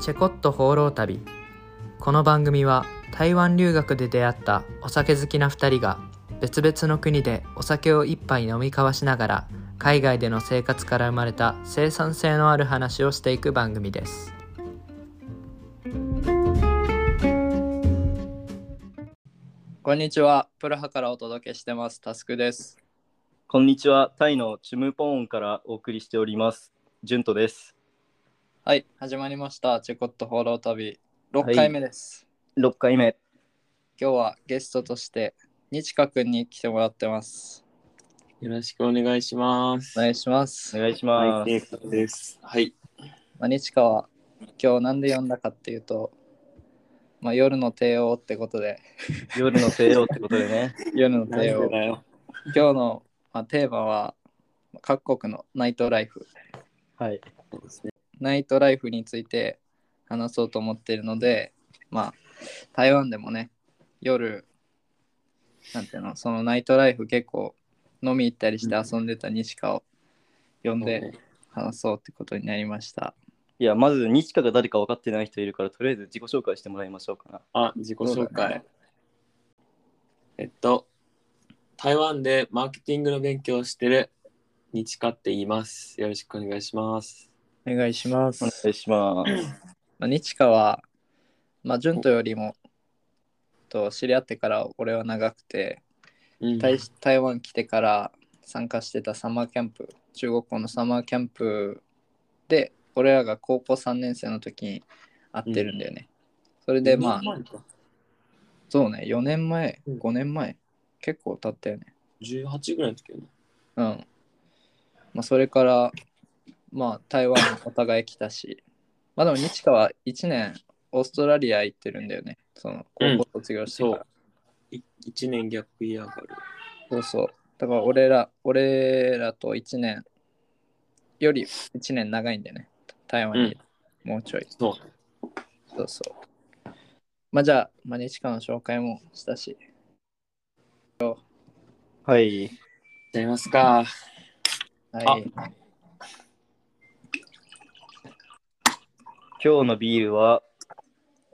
チェコット放浪旅この番組は台湾留学で出会ったお酒好きな2人が別々の国でお酒を一杯飲み交わしながら海外での生活から生まれた生産性のある話をしていく番組ですこんにちはプラハからお届けしてますタスクですこんにちは、タイのチムポーンからお送りしております。ジュントです。はい始まりましたチェコット放浪旅6回目です、 6回目。今日はゲストとして日かくんに来てもらってます。よろしくお願いします。お願いします。おま願いしはまい、す。計画です。はい。あ、日かは今日なんで呼んだかっていうと、まあ、夜の帝王ってことで、夜の西洋ってこと でね。夜のなんで帝王。だよ。今日の、まあ、テーマは各国のナイトライフ。はい。ナイトライフについて話そうと思っているので、まあ、台湾でもね、夜、なんていうの、そのナイトライフ結構飲み行ったりして遊んでた西川を呼んで、話そうってことになりました。いや、まず、日華が誰か分かってない人いるから、とりあえず自己紹介してもらいましょうかな。あ、自己そう紹だ介、ねえっと、台湾でマーケティングの勉強をしてる日課って言います。よろしくお願いします。お願いしまお願。いします。まあ、日華は、まあ、純とよりも、と知り合ってから俺は長くて、うん台台湾来てから参加してたサマーキャンプ、中国校のサマーキャンプで、俺らが高校3年生の時に会ってるんだよね。それでまあ、そうね、4年前、うん5年前、結構経ったよね。 18ぐらいの時よね。うん。まあ、それから、まあ、台湾にお互い来たし、まあでも、日川は1年、オーストラリア行ってるんだよね。その、うん高校卒業してから。 1年逆イヤーがある。そうそう。だから、俺ら、俺らと1年、より1年長いんだよね。台湾に、もうちょい。そう。そうそう。まあ、じゃあ、まあ、日川の紹介もしたし、はい。じゃいますか。はい。今日のビールは、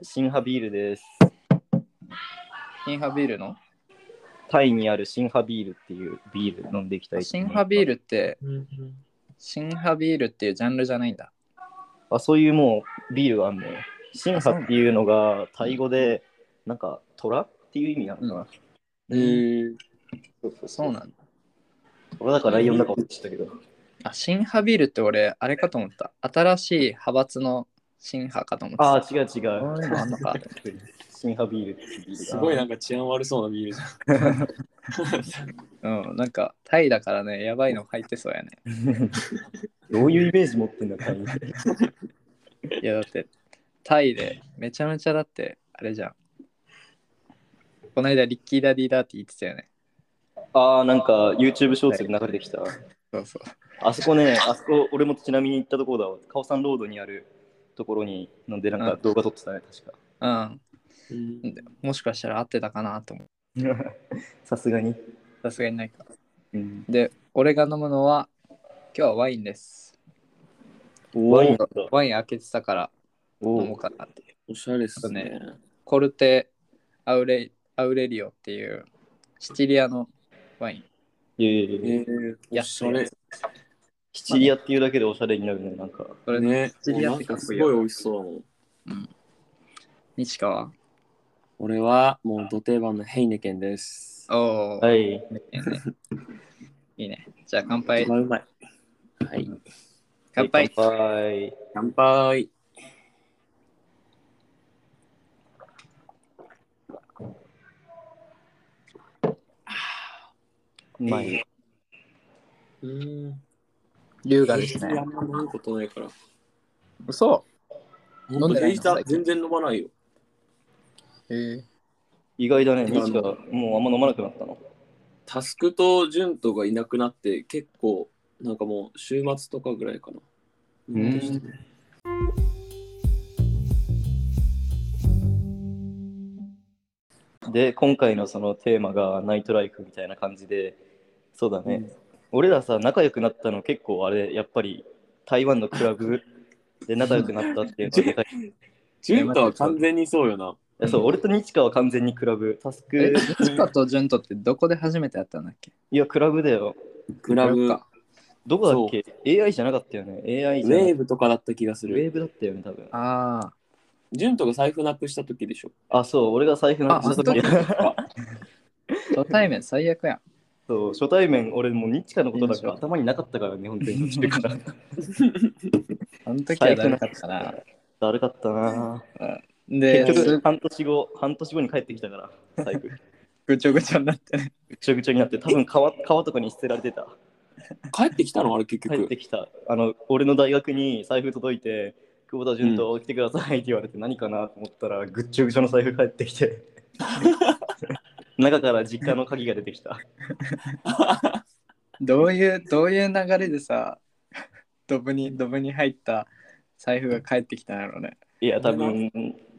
シンハビールです。シンハビールのタイにあるシンハビールっていうビール飲んでいきたいとシ思いンますハビールって、うんシンハビールっていうジャンルじゃないんだ。あ、そういうもうビールがあんのよ。シンハっていうのがタイ語で、なんか、虎っていう意味なのかな。うん。そうそうそうなんだ。俺だからライオンだかもしたけど。あ、新派ビールって俺、あれかと思った。新しい派閥の新派かと思ってた。ああ、違う違そうう。いうのあんのか。シンハビールっていうビールがすごいなんか治安悪そうなビールじうん、なんか、タイだからね、やばいの入ってそうやね。どういうイメージ持ってんだか。いや、だって、タイで、めちゃめちゃだって、あれじゃん。この間、リッキーダディダーティー言ってたよね。ああ、なんか YouTube ショーツで流れてきた。そうそう。あそこね、あそこ、俺もちなみに行ったところだわ。カオサンロードにあるところに飲んで、なんか動画撮ってたね、確か。うん。ゃん。うんもしかしたら合ってたかなと思う。 さすがに。さすがにないか。うん、で、俺が飲むのは、今日はワインです。ワインだ。ワイン開けてたからお飲もうーかなって。おしゃれっすね。コルテ・アウレアウレリオっていうシチリアのワイン。いやいやいやいやえー、おしゃれ。シチリアっていうだけでおしゃれになるね、なんか。それね、ね、シチリアなっんてかっかこすいいよごい美味しそうだもん。西川。俺はもうド定番のヘイネケンです。おお、いはい。いね、いいね。じゃあ乾杯う。まい。はい。乾杯。乾杯。乾杯。うまい。うん。優雅あですねあ。んま飲むことないから。嘘飲んんでなでないいの全然飲まないよ。え意外だね、西がもうあんま飲まなくなったの。タスクとジュントがいなくなって結構なんかもう週末とかぐらいかな。んで今回のそのテーマがナイトライフみたいな感じでそうだね、俺らさ仲良くなったの結構あれやっぱり台湾のクラブで、仲良くなったっていうのが でかいジュンとは完全にそうよな。いやそう、俺とニチカは完全にクラブ。タスえク、、チカとジュントってどこで初めて会ったんだっけいや、クラブだよ。クラブ、ウかどこだっけ ?AI じゃなかったよね。AI じゃなェーブ。ブとかだった気がすウェる。ーブだったよね、多分。あジュンとが財布なくした時でしょ。あ、そう、俺が財布なくした時ああ、初対面最悪やん。 そう、初対面、俺もうニチカのことなんいいでしかょ頭になかったからね、本当に途中から。あの時はだるかった な。だるかったな。で、結す局、半年後、半年後に帰ってきたから、財布。ぐちょぐちょになってね。ぐちょぐちょになって、多分川川とかに捨てられてた。帰ってきたのあれ結帰っ局。てきた。あの、俺の大学に財布届いて、久保田淳と来てくださいって言われて、何かなと思ったら、ぐっちょぐちょの財布帰って きて。中から実家の鍵が出てきた。どういう、どういう流れでさ、ドブに、ドブに入った財布が帰ってきたんやろうね。いや、多分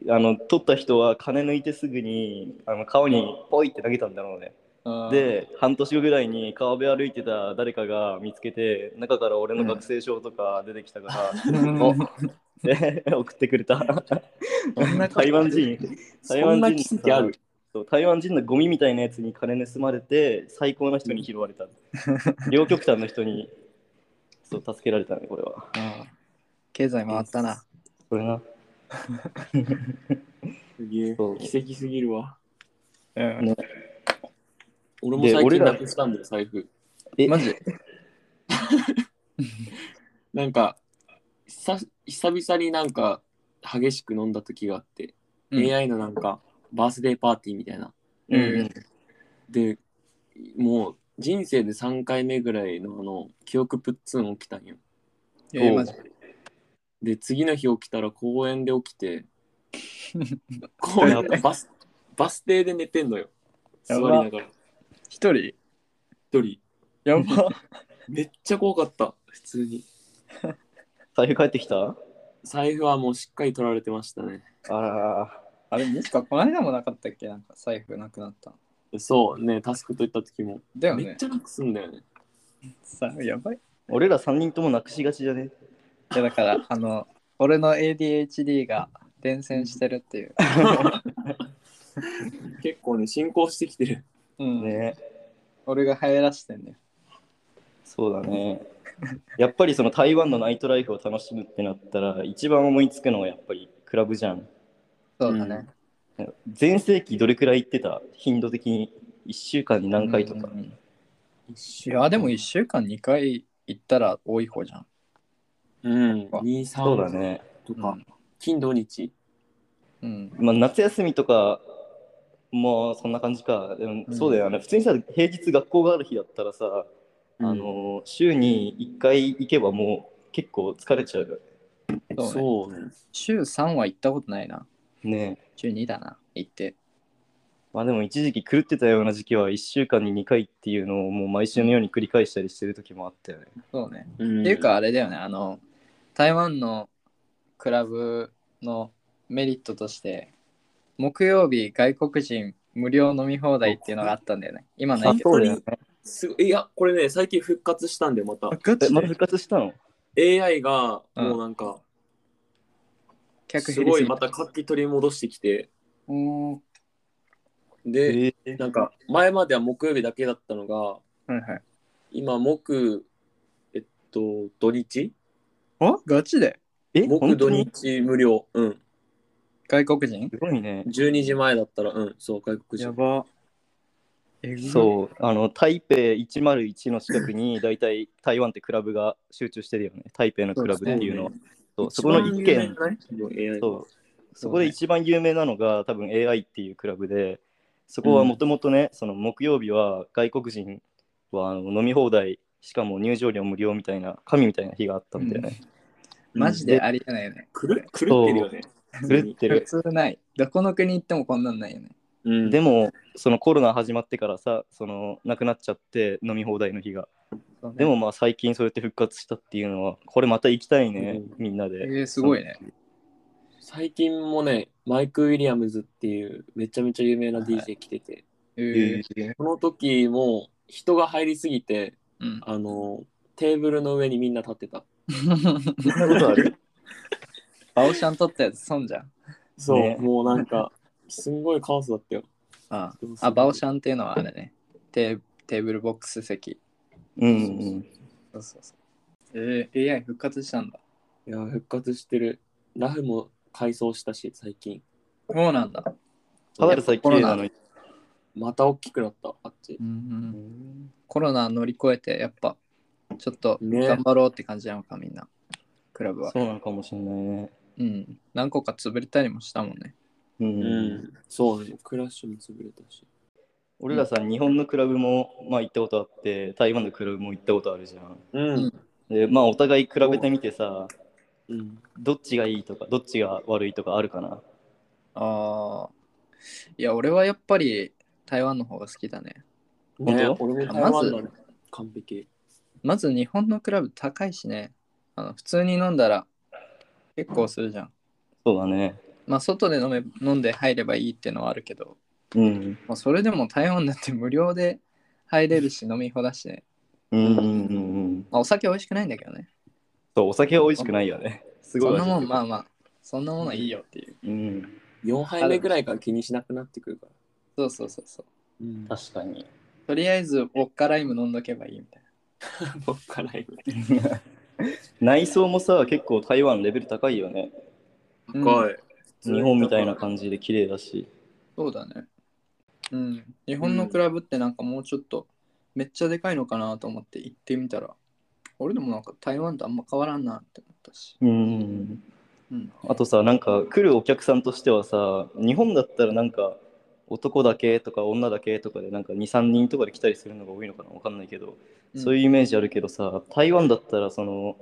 あの、取った人は金抜いてすぐに、あの、川にポイって投げたんだろうね。うん、で、半年後ぐらいに川辺歩いてた誰かが見つけて、中から俺の学生証とか出てきたから、うんおで送ってく れた。んなこと台湾人、そ台湾人んなの奇跡ある。そう台湾人のゴミみたいなやつに金盗まれて、最高な人に拾われた。両極端の人にそう助けられたね、これは。うん経済回ったな。それな。すげえそう奇跡すぎるわ。うんね俺もで最俺近らなくしたんだよ、財布。えマ ジなんか、久久々になんか激しく飲んだ時があって、うん AI のなんかバースデーパーティーみたいな。うんうで、もう人生で3回目ぐらいのあの、記憶プッツン起きたんよ。えーマジで、次の日起きたら公園で起 きて、公や園ばいバス、バス停で寝てんのよ。座やりばながら。一人一人。やば。めっちゃ怖かった、普通に。財布帰ってきた財布はもうしっかり取られてましたね。あらあれ、ミスカ、この間もなかったっけなんか財布なくなったの。そうね、タスクと行った時も。だよめっねち。ゃなくすんだよね。さやばい。いー、俺ら3人ともなくしがちじゃねや、だから、あの、俺の ADHD が伝染してるっていう。結構ね、進行してきてる。うん。ね俺が流行らしてんだよ。そうだね。やっぱりその台湾のナイトライフを楽しむってなったら、一番思いつくのはやっぱりクラブじゃん。そうだね。全盛期どれくらい行ってた頻度的に1週間に何回とか。うんいや、でも1週間2回行ったら多い方じゃん。うん、2、そうだ3ね。とか、金、土、日。うん。まあ、夏休みとかもうそんな感じか。でもうんそうだよね。普通にさ、平日学校がある日だったらさ、ああの、の週に1回行けばもう結構疲れちゃうよそうね。そうね。週3は行ったことないな。ね。ねえ週2だな。行って。まあでも一時期狂ってたような時期は1週間に2回っていうのをもう毎週のように繰り返したりしてる時もあったよね。そうね。うんっていう、かあれだよねあの台湾のクラブのメリットとして木曜日外国人無料飲み放題っていうのがあったんだよね今ないけどそうだよねすごいいや、これね、最近復活したんで、また。ガえ、また復活したの AI が、うんもうなんか、客す減りごすいぎまた活気取り戻してきて、おーで、えーなんか、前までは木曜日だけだったのが、はいはい今、木、えっと、土日あガチでえ木本土当に日無料。うん。外国人すごいね。 12時前だったら、うん、そう、外国人。ばえぐいそう、あの、台北101の近くに、大体台湾ってクラブが集中してるよね。台北のクラブっていうのは。そう、そこの一一番有軒名じゃ、ない多分 AI そうが。そこで一番有名なのが、多分 AI っていうクラブで、そこはもともとね、その木曜日は外国人はあの飲み放題、しかも入場料無料みたいな、神みたいな日があったんだよね。マジでありえないよね狂っ狂ってるよね。狂っ普てる。通ないどこの国行ってもこんなんないよねうん、でも、そのコロナ始まってからさ、そのなくなっちゃって、飲み放題の日が。そうねでもまあ最近そうやって復活したっていうのは、これまた行きたいね、うみんなえで。ー、すごいね最近もね、マイク・ウィリアムズっていうめちゃめちゃ有名な DJ 来てて、えーこの時も人が入りすぎて、うんあの、テーブルの上にみんな立ってた。そんなことあるバオシャン撮ったやつ損じゃん。そう、ねもうなんか、すんごいカオスだったよ。ああ、バオシャンっていうのはあれね。テーテーブルボックス席。うんうん。そうそうそう。えー、AI 復活したんだ。いや、復活してる。ラフも改装したし、最近。そうなんだ。肌でさえ綺麗なのに。また大きくなった、あっち。うんうん、コロナ乗り越えて、やっぱ、ちょっとね頑張ろうって感じなのか、みんな。クラブは。そうなのかもしれないね。うん。何個か潰れたりもしたもんね。う。うんん、そうね。クラッシュも潰れたし。俺らさ、日本のクラブも、まあ、行ったことあって、台湾のクラブも行ったことあるじゃん。うん。で、まあ、お互い比べてみてさ、うん。どっちがいいとか、どっちが悪いとかあるかな。ああ。いや、俺はやっぱり台湾の方が好きだね。本当ね俺も台湾の完璧。まず日本のクラブ高いしね。あの普通に飲んだら結構するじゃん。そうだね。まあ、外で飲め飲んで入ればいいってのはあるけど、うん。まあ、それでも台湾だって無料で入れるし飲み放だしね。うんうんうんうん。まあ、お酒美味しくないんだけどね。そう、お酒は美味しくないよね。すごそいん味。なもん、まあまあ、そんなものはいいよっていう。うん。 4杯目ぐらいから気にしなくなってくるから。そうそうそうそう。うん。確かに。とりあえず、ウォッカライム飲んどけばいいみたいな。僕から言う内装もさ、結構台湾レベル高いよね。高い。日本みたいな感じで綺麗だし。そうだね。うん。日本のクラブってなんかもうちょっと、めっちゃでかいのかなと思って行ってみたら、俺でもなんか台湾とあんま変わらんなって思ったし。うん。うん。あとさ、なんか来るお客さんとしてはさ、日本だったらなんか男だけとか女だけとかでなんか2、3人とかで来たりするのが多いのかなわかんないけど、そういうイメージあるけどさ、台湾だったらその、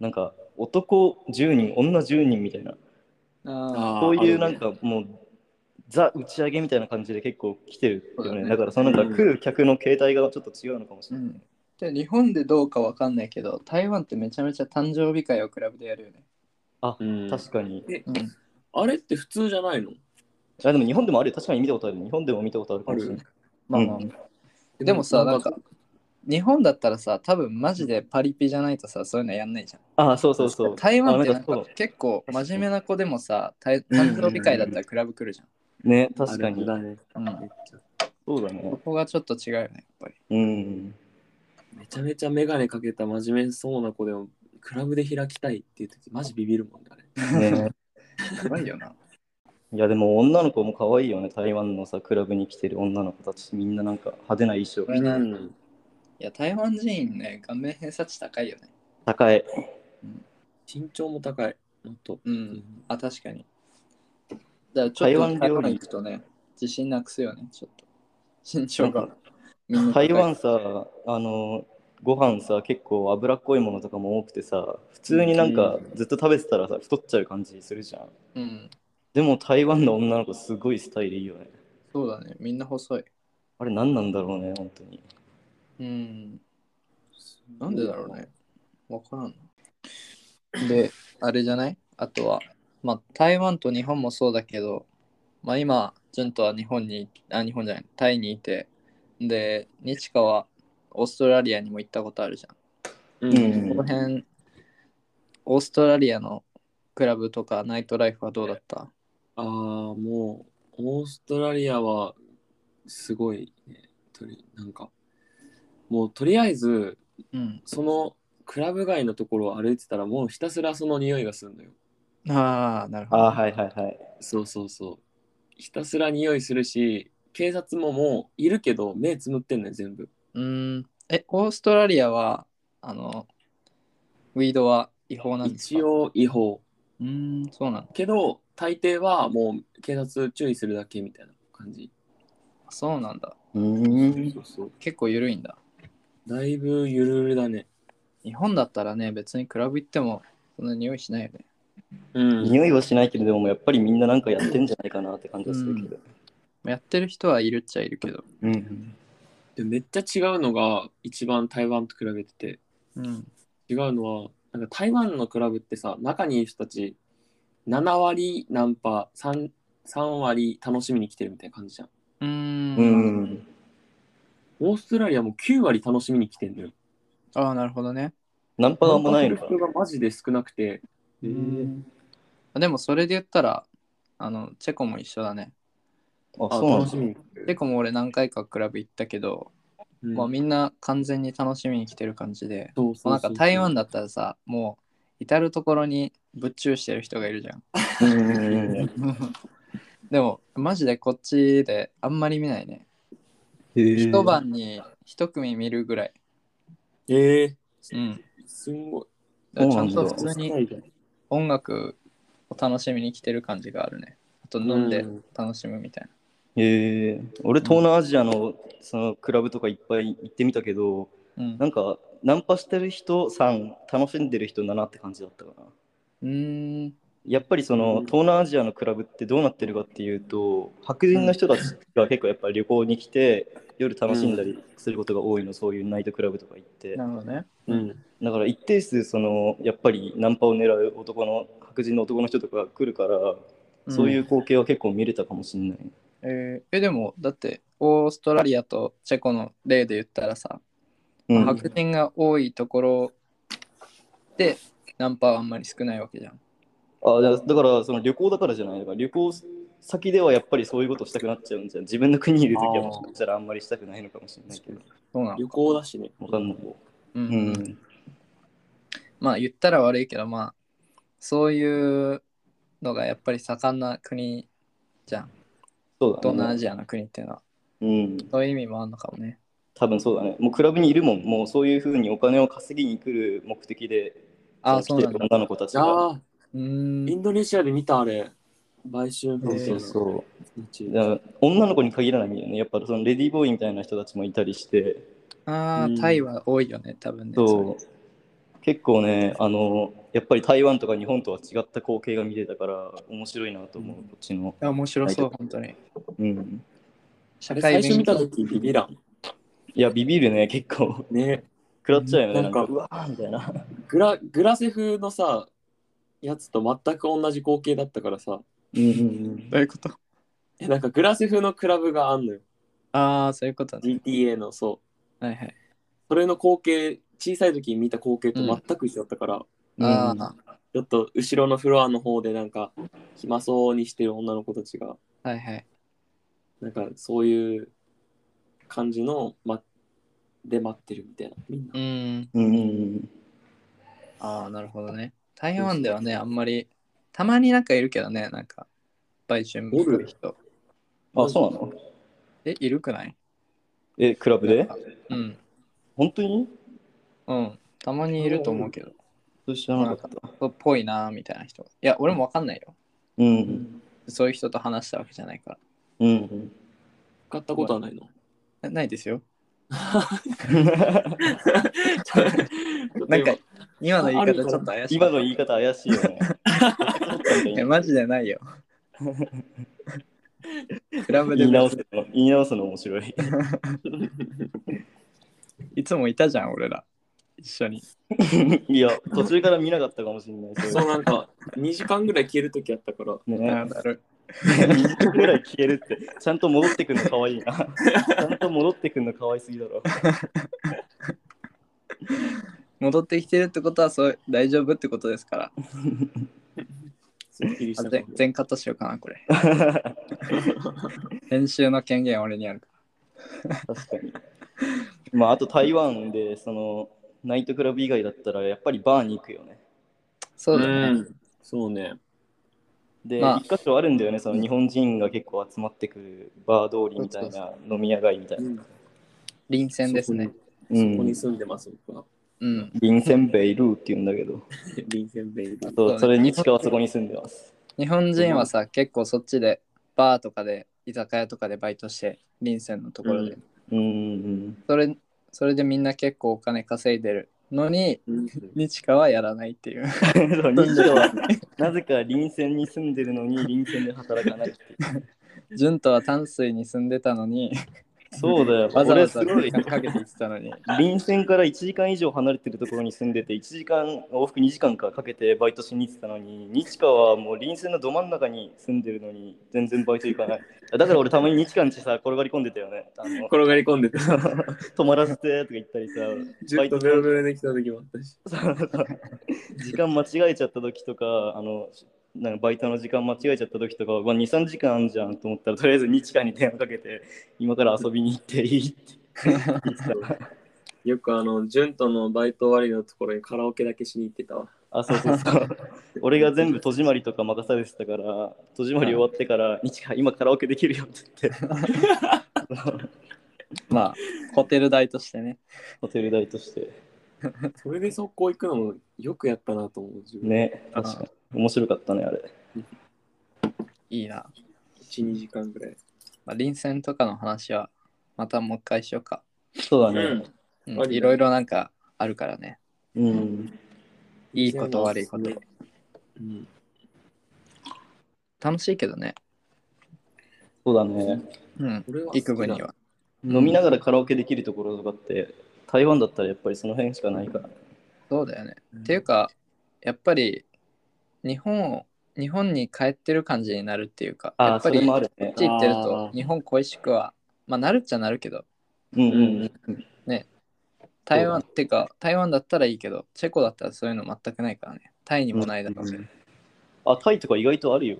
なんか男10人、女10人みたいな、うん。ああ、あーそういうなん。あかもう、ザ打ち上げみたいな感じで結構来てるよそうだね。ねだからそのなんうんか来る客の形態がちょっと違うのかもしうれない。ん。で、日本でどうかわかんないけど、台湾ってめちゃめちゃ誕生日会をクラブでやるよね。るねうん確かに。うん。あれって普通じゃないのあでも日本でもあるよ。確かに見たことある。日本でも見たことあるかもしれない。まあまあ、うんでもさ、なんか、日本だったらさ、多分マジでパリピじゃないとさ、そういうのやんないじゃん。あ、そうそうそう。台湾ってあななんんかそかう結構真面目な子でもさ、たい誕生日会だったらクラブ来るじね、確確かに。だね。ゃん。うん。そうだこね。こがちょっと違うよね、やっぱり。うん。めちゃめちゃメガネかけた真面目そうな子でも、クラブで開きたいって言うとき、マジビビるもんね、あれ。ね、やばいよな。いや、でも女の子も可愛いよね。台湾のさ、クラブに来てる女の子たち、みんななんか派手な衣装。みんなうん。いや、台湾人ね、顔面偏差値高いよね。高い。身長も高い。もっと。う。うんんあ、確かに。だからちょっと台湾料理台湾行くとね、自信なくすよね、ちょっと。身長が。みんな高い台湾さ、あの、ご飯さ、結構脂っこいものとかも多くてさ、普通になんかずっと食べてたらさ、太っちゃう感じするじゃん。うん。でも台湾の女の子、すごいスタイルいいよね。そうだね、みんな細い。あれ何なんだろうね、本当に。うん。なんでだろうね。わからんな。で、あれじゃないあとは、まあ、台湾と日本もそうだけど、まあ、今、ジュンとは日本に、あ、日本じゃない、タイにいて、で、日川はオーストラリアにも行ったことあるじゃううんん。ん。この辺、オーストラリアのクラブとかナイトライフはどうだったああ、もう、オーストラリアは、すごいね。とりなんか、もうとりあえず、うん。そのクラブ街のところを歩いてたら、もうひたすらその匂いがするのよ。ああ、なるほあど。あ、はいはいはい。そうそうそう。ひたすら匂いするし、警察ももういるけど、目つむってんねん、全部。うーん。え、オーストラリアは、あの、ウィードは違法なんですか一。応違法。うーん、そうなんだ。けど、大抵はもう警察注意するだけみたいな感じ。そうなんだ。うーん。うそう。結構緩いんだ。だいぶゆるゆるだね。日本だったらね、別にクラブ行ってもそんな匂いしないよね。うん。匂いはしないけれども、やっぱりみんななんかやってんじゃないかなって感じはするけど。やってる人はいるっちゃいるけど。うん。でめっちゃ違うのが、一番台湾と比べてて、うん。違うのは、なんか台湾のクラブってさ、中にいる人たち、7割ナンパ、3, 3割楽しみに来てるみたいな感じじゃん。うーん。うん。オーストラリアも9割楽しみに来てんのよ。ああ、なるほどね。ナンパはあんまないのナかンパする人がマジで少なくて、うんでもそれで言ったら、あの、チェコも一緒だね。あ、あそうなん楽だし。みに来てチェる。コも俺何回かクラブ行ったけど、うんもうみんな完全に楽しみに来てる感じで、そうそうそうもうなんか台湾だったらさ、もう至る所にぶっちゅうしてる人がいるじゃん。うんうんうん。でも、マジでこっちであんまり見ないね。一一。晩に一組見るぐらい。ええうん。すんごい。だからちゃんそうとなんだ普通に音楽を楽しみに来てる感じがあるね。あと飲んでうん楽しむみたいな。へえ俺、東南アジアのそのクラブとかいっぱい行ってみたけど、うんなんか、ナンパしてる人3、楽しんでる人7って感じだったかな。うーん。やっぱりそのうん東南アジアのクラブってどうなってるかっていうと白人の人たちが結構やっぱり旅行に来て夜楽しんだりすることが多いのそういうナイトクラブとか行ってなるほどね。うん。だから一定数そのやっぱりナンパを狙う男の白人の男の人とかが来るからそういうう光景は結構見れたかもしれない、ん。えーえ、でも、だって、オーストラリアとチェコの例で言ったらさ、うん白人が多いところで、ナンパはあんまり少ないわけじゃん。あだだからその旅行だからじゃないだから旅行先ではやっぱりそういうことしたくなっちゃうんじゃん自分の国にいる時はもしかしたらあんまりしたくないのかもしれないけどそうなの旅行だしね。わかんないうんうんまあ言ったら悪いけどまあそういうのがやっぱり盛んな国じゃんそうだ東南アねジアの国っていうのはうんそういう意味もあるのかもね多分そうだね。もうクラブにいるもん。もうそういうふうにお金を稼ぎに来る目的で、ああそそのう来なてんるだ女の子たちが。あうあ、ーイんンドネシアで見たあれ。買春ー風そ景うそうう。だから女の子に限らないんだよね。やっぱそのレディーボーイみたいな人たちもいたりして、ああうんタイは多いよね多分ねそう。結構ね、あの、やっぱり台湾とか日本とは違った光景が見れたから、面白いなと思う、うんこっちの。いや面白そう本当にうん。社最会初勉見た強時ビビらん。いや、ビビるね、結構。ね。食らっちゃうよね。ななんんかか、うわーみたいな。グラグラセフのさ、やつと全く同じ光景だったからさ。うんうんうん。どういうことえ、なんかグラセフのクラブがあんのよ。ああそういうことね GTA のそう。はいはいそれの光景、小さい時に見た光景と全く一緒だったから、あうんあちょっと後ろのフロアの方でなんか、暇そうにしてる女の子たちが、はいはいなんかそういう感じの、ま、で待ってるみたいな、みんなう。ーんうんうんうん。ああなるほどね台湾ではねあんまりたまになんかいるけどねなんか売春見る人あ、そうなのえいるくないえ、クラブでうん。本当にうん。たまにいると思うけど、そう知らなかった。そうっぽいなみたいな人。いや、俺もわかんないよ。うん。そういう人と話したわけじゃないかうんうん。 買ったことはない の。ら。なないですよ。なん今か、今の言い方ちあょっと怪しい。今の言い方怪しいよ ね。いや、マジでないよ。クラブで言い直すの言い直すの面白い。いつもいたじゃん、俺ら。一緒に。 いや、途中から見なかったかもしれない。そそうれなんか、2時間ぐらい消える時あったから、なねん、だろう2分ぐらい消えるって、ちゃんと戻ってくるの可愛いな。ちゃんと戻ってくるの可愛すぎだろ。戻ってきてるってことはそう大丈夫ってことですから。すっきりしあた全から全カットしようかな、これ。編集の権限俺にあるか確かに。まあ、あと台湾で、その、ナイトクラブ以外だったら、やっぱりバーに行くよね。ら。そうだうね。んそうね。で、まあ一箇所あるんだよね、その日本人が結構集まってくるバー通りみたいな、飲み屋街みたいな。臨戦ですね。そこに。そこうにん住んでます、僕は。うん。リンセンベイルーって言うんだけど、リンセンベイ そうそうねそれ、日川はそこに住んでます。日本人はさ、結構そっちでバーとかで居酒屋とかでバイトして臨戦のところで、ううんうんそれそれでみんな結構お金稼いでるのにうん日川はやらないっていううん。そう日川はなぜか臨線に住んでる のに臨線で働かないっていう。潤とは淡水に住んでたのにそうだよ。わざわ俺すざご時い。間かけて行ってたのに臨線から1時間以上離れてるところに住んでて、1時間、往復2時間かかけてバイトしに行ってたのに、日川はもう臨線のど真ん中に住んでるのに、全然バイト行かない。だから俺たまに日川んちさ、転がり込んでたよね。あの転がり込んで て、泊まらせてとか言ったりさ、ずバっイとトベロベロで来た時もあったし。そうそう時間間違えちゃった時とかあのなんかバイトの時間間違えちゃった時とかは、まあ、23時間あんじゃんと思ったらとりあえず日間に電話かけて今から遊びに行っていいって言って たよくあの、ジュンとのバイト終わりのところにカラオケだけしに行ってたわ。あそうそうそう俺が全部戸締まりとか任されてたから戸締まり終わってから日間今カラオケできるよって 言ってまあ、ホテル代としてね。ホテル代としてそれで速攻行くのもよくやったなと思う。自分ね確かに面白かったねあれいいな。 1、2時間ぐらい。まあ、臨戦とかの話は、またもう一回しようか。そうだねうんありだねいろいろなんかあるからね。うん、いいこと悪いこと。うん。楽しいけどね。そうだねうん。俺は好きだ幾分には。飲みながらカラオケできるところとかって台湾だったらやっぱりその辺しかないからそうだよね。うんっていうか、やっぱり、日本を、日本に帰ってる感じになるっていうか、あやあっぱそり、れもこあっるねち行ってるあと、ー日本恋しくは、まあ、なるっちゃなるけど、うんうん台湾っていうか、台湾だったらいいけど、チェコだったらそういうの全くないからね。タイにもないだろうし。あタイとか意外とあるよ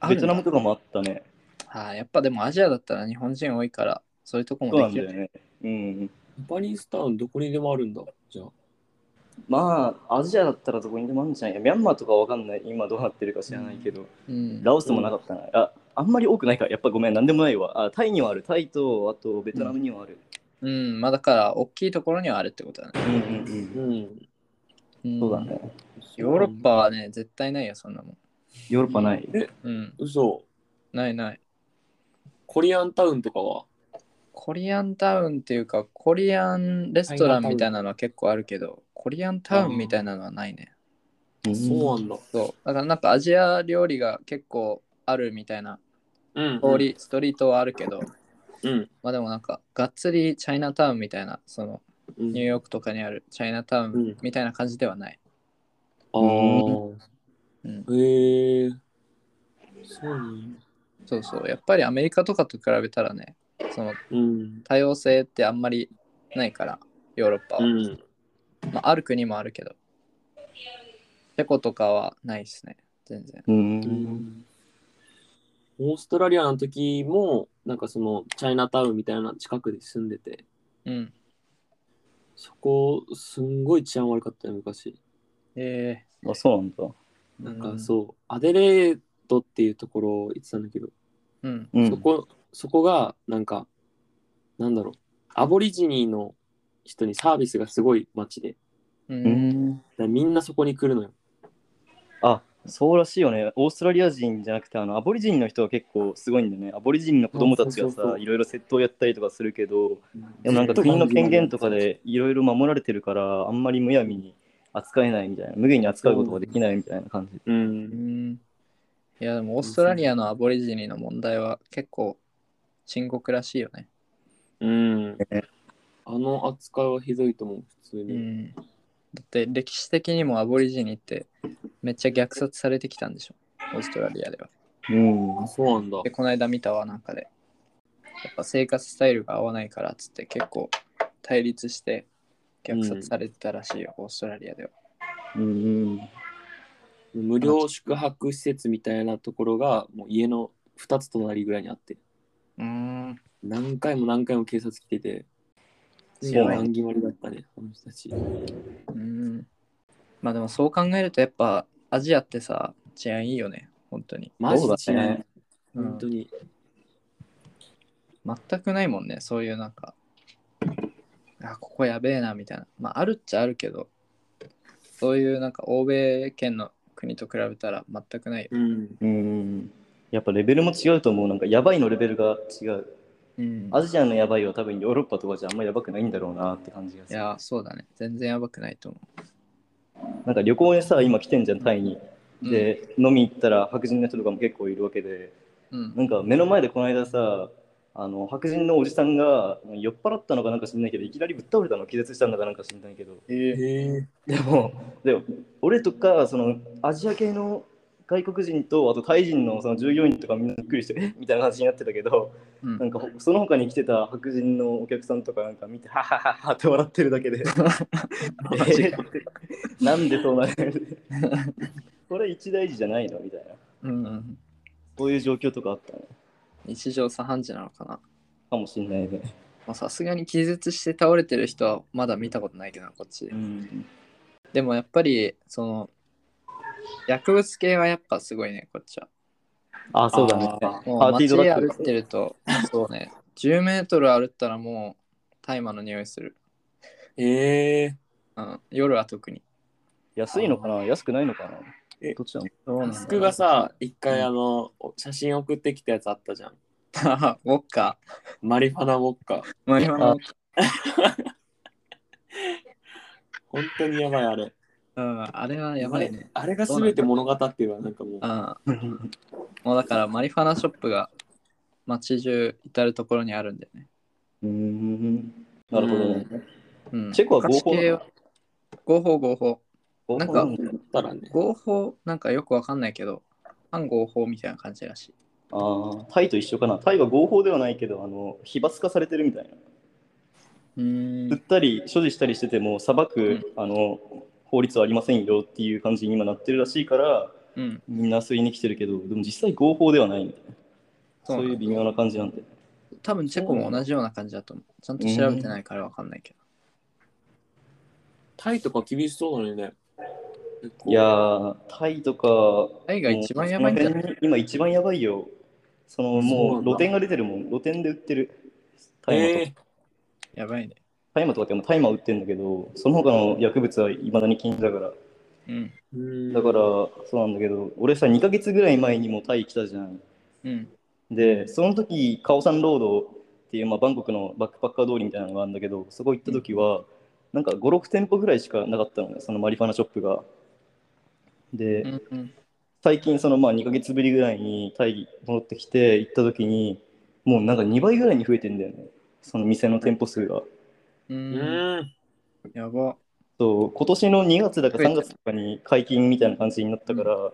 あるベんだトナムとかもあったねああ、やっぱでもアジアだったら日本人多いから、そういうとこそうなもできんだるよ。ねうんバリースタウンどこにでもあるんだ。じゃあ。まあアジアだったらどこにでもあるんじゃないミャンマーとかはわかんない今どうなってるか知らないけど、うんラオスもなかったな、ああんまり多くないからやっぱごめんなんでもないわあタイにはあるタイとあとベトナムにはある、うん、まあだから、大きいところにはあるってことだね。うん、うんうんうん。んそうだ。ねヨーロッパはね、絶対ないよ、そんなもん。ヨーロッパない、え、うん、嘘。ないない。コリアンタウンとかはコリアンタウンっていうか、コリアンレストランみたいなのは結構あるけど、コリアンタウンみたいなのはないね。うんそうなんだ。そう。だからなんかアジア料理が結構あるみたいなうん通り、ストリートはあるけど、うん。まあでもなんか、がっつりチャイナタウンみたいな、そのうんニューヨークとかにあるチャイナタウうンんみたいな感じではない。ああ。うん、へえ。そうなんだそうそう。やっぱりアメリカとかと比べたらね、そのうん。多様性ってあんまりないから、ヨーロッパは。うん。まあ、ある国もあるけど。チェコとかはないですね、全然。うんオーストラリアの時も、なんかその、チャイナタウンみたいな近くで住んでて、うん。そこ、すんごい治安悪かったよ、昔。えあそうなんだー、なんかそう、アデレードっていうところ行ってたんだけど、うん。うん。うんそこ、そこが、なんか、なんだろう、アボリジニーの人にサービスがすごい街で、う。うんんだからみんなそこに来るのよ。あそうらしいよねオーストラリア人じゃなくてあのアボリジンの人は結構すごいんだよねアボリジンの子供たちがそうそうそさういろいろ窃盗やったりとかするけどでもなんか国の権限とかでいろいろ守られてるからあんまりむやみに扱えないみたいな無限に扱うことができないみたいな感じ、う。うんん。いや、でもオーストラリアのアボリジニの問題は結構深刻らしいよね。うんね。あの扱いはひどいと思う、普通うに。ん。だって歴史的にもアボリジニってめっちゃ虐殺されてきたんでしょ、オーストラリアでは。うんあ、そうなんだで、。この間見たわ、なんかで。やっぱ生活スタイルが合わないからっつって結構対立して虐殺されてたらしいよ、オーストラリアでは。うん無料宿泊施設みたいなところが、もう家の2つ隣ぐらいにあって、うん。何回も何回も警察来てて、そういや、難決まりだったね、あの人たち。うん。まあでもそう考えるとやっぱアジアってさ、治安いいよね、本当に。マジそで、うだねうん本当に。全くないもんね、そういうなんか。あ、ここやべえな、みたいな。まああるっちゃあるけど、そういうなんか欧米圏の国と比べたら全くないよ。うん。うんうんやっぱレベルも違うと思うなんかやばいのレベルが違ううん。アジアのやばいは多分ヨーロッパとかじゃあんまやばくないんだろうなって感じがいするや、そうだね。全然やばくないと思なんか旅行でさ今来てんじゃんタイにう。で、飲み行ったら白人の人とかも結構いるわけでうん、うん。なんか目の前でこの間さあの白人のおじさんが酔っ払ったのかなんか知んないけどいきなりぶっ倒れたの気絶したんだかなんか知んないけどえへえ。でもでも俺とかそのアジア系の外国人とあとタイ人のその従業員とかみんなびっくりしてえみたいな話になってたけどうんなんかほその他に来てた白人のお客さんとかなんか見てハハハハって笑ってるだけでえーってなんでそうなるこれ一大事じゃないのみたいな。うんうん。そういう状況とかあったね。日常茶飯事なのかな。かもしんないね。まあさすがに気絶して倒れてる人はまだ見たことないけどなこっちで。ん。でもやっぱり、その、薬物系はやっぱすごいね、こっちは。あ、そうだね。あーもうパーテ街ィードラッグ歩いてると、そうね、10メートル歩ったらもう大麻の匂いする。ええうん、夜は特に。 安いのかな安くないのかなえどっちなのそうー。タスクがさ、一回あの、写真送ってきたやつあったじゃん。さ、ウォッカ。マリファナウォッカ。マリファナウォッカ本当にやばいあれ。うん、あれはやばいね。あれ。あれが全て物語っていうのはなんかもうう。ん、もうだからマリファナショップが街中至るところにあるんだよね。うーん。なるほどね。うん、チェコは合法菓子なの系は合法合法。合なん法かなのだからね。合法なんかよくわかんないけど、反合法みたいな感じらしい。ああ、タイと一緒かな。タイは合法ではないけど、あの、非罰化されてるみたいな。うー売っん。たり、所持したりしてても、裁く、あの、法律はありませんよっていう感じに今なってるらしいから、うん。みんな遊びに来てるけど、でも実際合法ではないみたいな。そうそなうんだいう微妙な感じなんで。多分チェコも同じような感じだと思う。ちゃんと調べてないからわかんないけど。タイとか厳しそうだよね。結構いやー、タイとか、タイが一番やばいんじゃないもう今一番やばいよ。そのそうもなうん露だ店が出てるもん。露店で売ってる。大麻とかえやばいね。大麻とかってもう大麻売ってるんだけど、その他の薬物はいまだに禁止だから。うん。えー。だから、そうなんだけど、俺さ、2ヶ月ぐらい前にもタイ来たじゃん。うん。で、その時、カオサンロードっていう、まあ、バンコクのバックパッカー通りみたいなのがあるんだけど、そこ行った時は、なんか5、6店舗ぐらいしかなかったのね、そのマリファナショップが。で、うんうん。最近そのまあ2ヶ月ぶりぐらいにタイに戻ってきて行った時にもうなんか2倍ぐらいに増えてんだよねその店の店舗数がう。うんーん。やば。そう今年の2月だか増えて3る月とかに解禁みたいな感じになったから、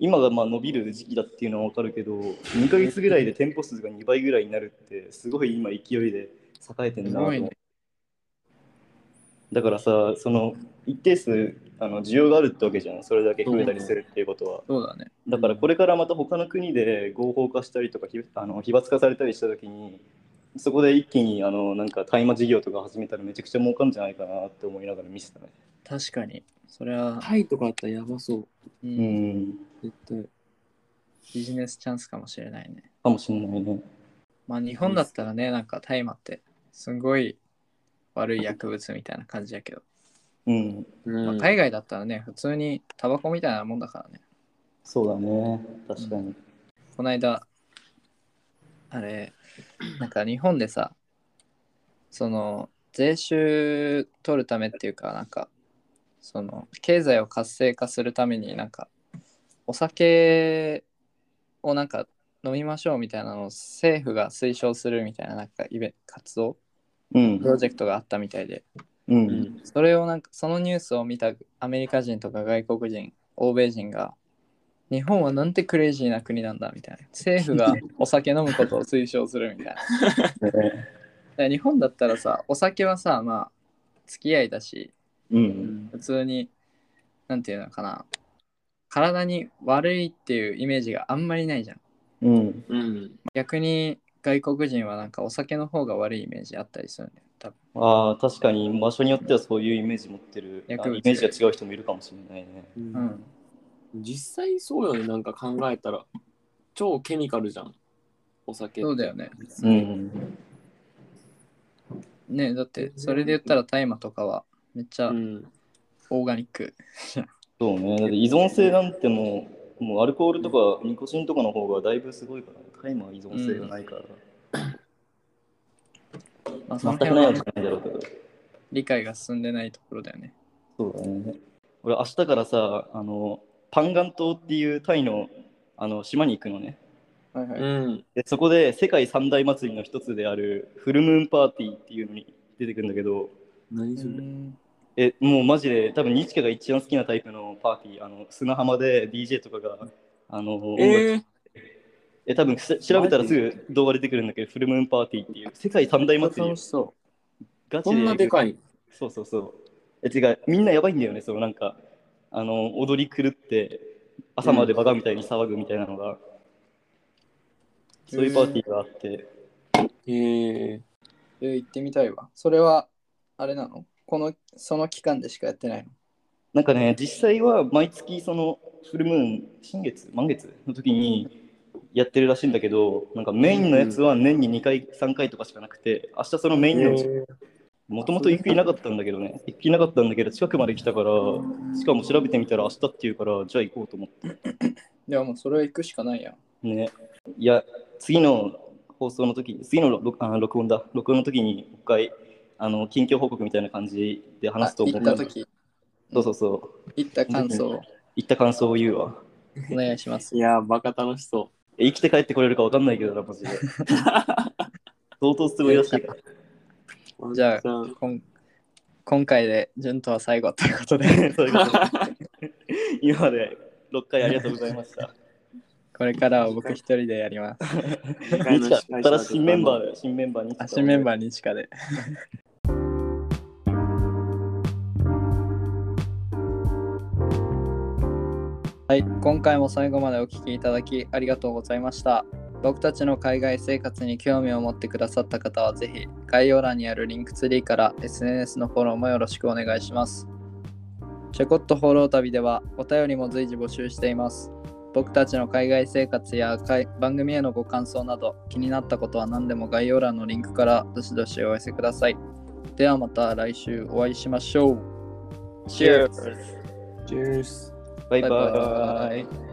今がまあ伸びる時期だっていうのは分かるけど2ヶ月ぐらいで店舗数が2倍ぐらいになるってすごい今勢いで栄えてんすなと思ごういね。だからさその一定数あの需要があるってわけじゃんそれだけ増えたりするっていうことは、そうだね。だからこれからまた他の国で合法化したりとかひあの非罰化されたりした時にそこで一気にあのなんか大麻事業とか始めたらめちゃくちゃ儲かるんじゃないかなって思いながら見せたね。確かに。それは、タイとかあったらやばそう。うんうん絶対。ビジネスチャンスかもしれないね。かもしれないね。まあ日本だったらね、なんか大麻ってすごい悪い薬物みたいな感じやけど、うんうんまあ、海外だったらね、普通にタバコみたいなもんだからね。そうだね確かに。この間、あれ、なんか日本でさ、その税収取るためっていうか、なんか、その経済を活性化するためになんか、お酒をなんか飲みましょうみたいなのを政府が推奨するみたいななんかイベ活動うんプロジェクトがあったみたいで、ううんん。それをなんか、そのニュースを見たアメリカ人とか外国人、欧米人が、日本はなんてクレイジーな国なんだみたいな。政府がお酒飲むことを推奨するみたいな。だか ねら日本だったらさ、お酒はさ、まあ、付き合いだし、うん普通に、なんていうのかな、体に悪いっていうイメージがあんまりないじゃん。うんうん。逆に外国人はなんかお酒の方が悪いイメージあったりするんだよ。多分ああ確かに場所によってはそういうイメージ持ってるあイメ薬物ージが違う人もいるかもしれないね。うん、実際そうよね、なんか考えたら。超ケミカルじゃん。お酒って。そうだよね。うんねだって、それで言ったら大麻とかは、めっちゃうん。オーガニック。そうねだって依存性なんてもうもうアルコールとかニコチンとかの方がだいぶすごいからタイマー依存性がないから。まあ、その全く辺ないわはけじゃないだろうけど。理解が進んでないところだよね。そうだね。俺、明日からさ、あの、パンガン島っていうタイのあの島に行くのね。はいはうん。で、そこで世界三大祭りの一つであるフルムーンパーティーっていうのに出てくるんだけど、何うそれ。んえ、もうマジで、多分ニチカが一番好きなタイプのパーティー、あの砂浜で DJ とかが、あの、音楽えー、え多分せ調べたらすぐ動画出てくるんだけど、フルムーンパーティーっていう世界三大祭り楽し、そガチこで。んなでかい。そうそうそう。え、違う、みんなやばいんだよね、そのなんか、あの、踊り狂って、朝までバカみたいに騒ぐみたいなのが、そういうパーティーがあって、へえ。えー行ってみたいわ。それは、あれなのこの、その期間でしかやってないのなんかね、実際は毎月そのフルムーン、新月、満月の時にやってるらしいんだけど、なんかメインのやつは年に2回、3回とかしかなくて、明日そのメインのうちもともと行く気なかったんだけどね、行く気なかったんだけど、近くまで来たから、しかも調べてみたら明日っていうから、じゃあ行こうと思って。いや、もうそれは行くしかないやん。ね、いや、次の放送の時に、次の録あ録音だ、録音の時に、一回、あの、近況報告みたいな感じで話すと思あ行うっかたら時、そうそうそう、行った感想を行った感想を言うわ。お願いします。いやー、バカ楽しそえ生きて帰ってこれるか分かんないけどな、マジで。相当すごいらしいから。う。じゃあワンチャンこん今回で、順とは最後ということで、そういう ことで今まで6回ありがとうござい ました。これからは僕一人でやります。次回ニのチ司会カ、者新しいメンバとーだよ、新メンバーに。足メンバーにしかで。 はい、今回も最後までお聞きいただきありがとうございました。僕たちの海外生活に興味を持ってくださった方はぜひ概要欄にあるリンクツリーから SNS のフォローもよろしくお願いします。チェコット放浪旅ではお便りも随時募集しています。僕たちの海外生活やかい番組へのご感想など気になったことは何でも概要欄のリンクからどしどしお寄せください。ではまた来週お会いしましょう。 Cheers! ジュース。バイババイバイイ。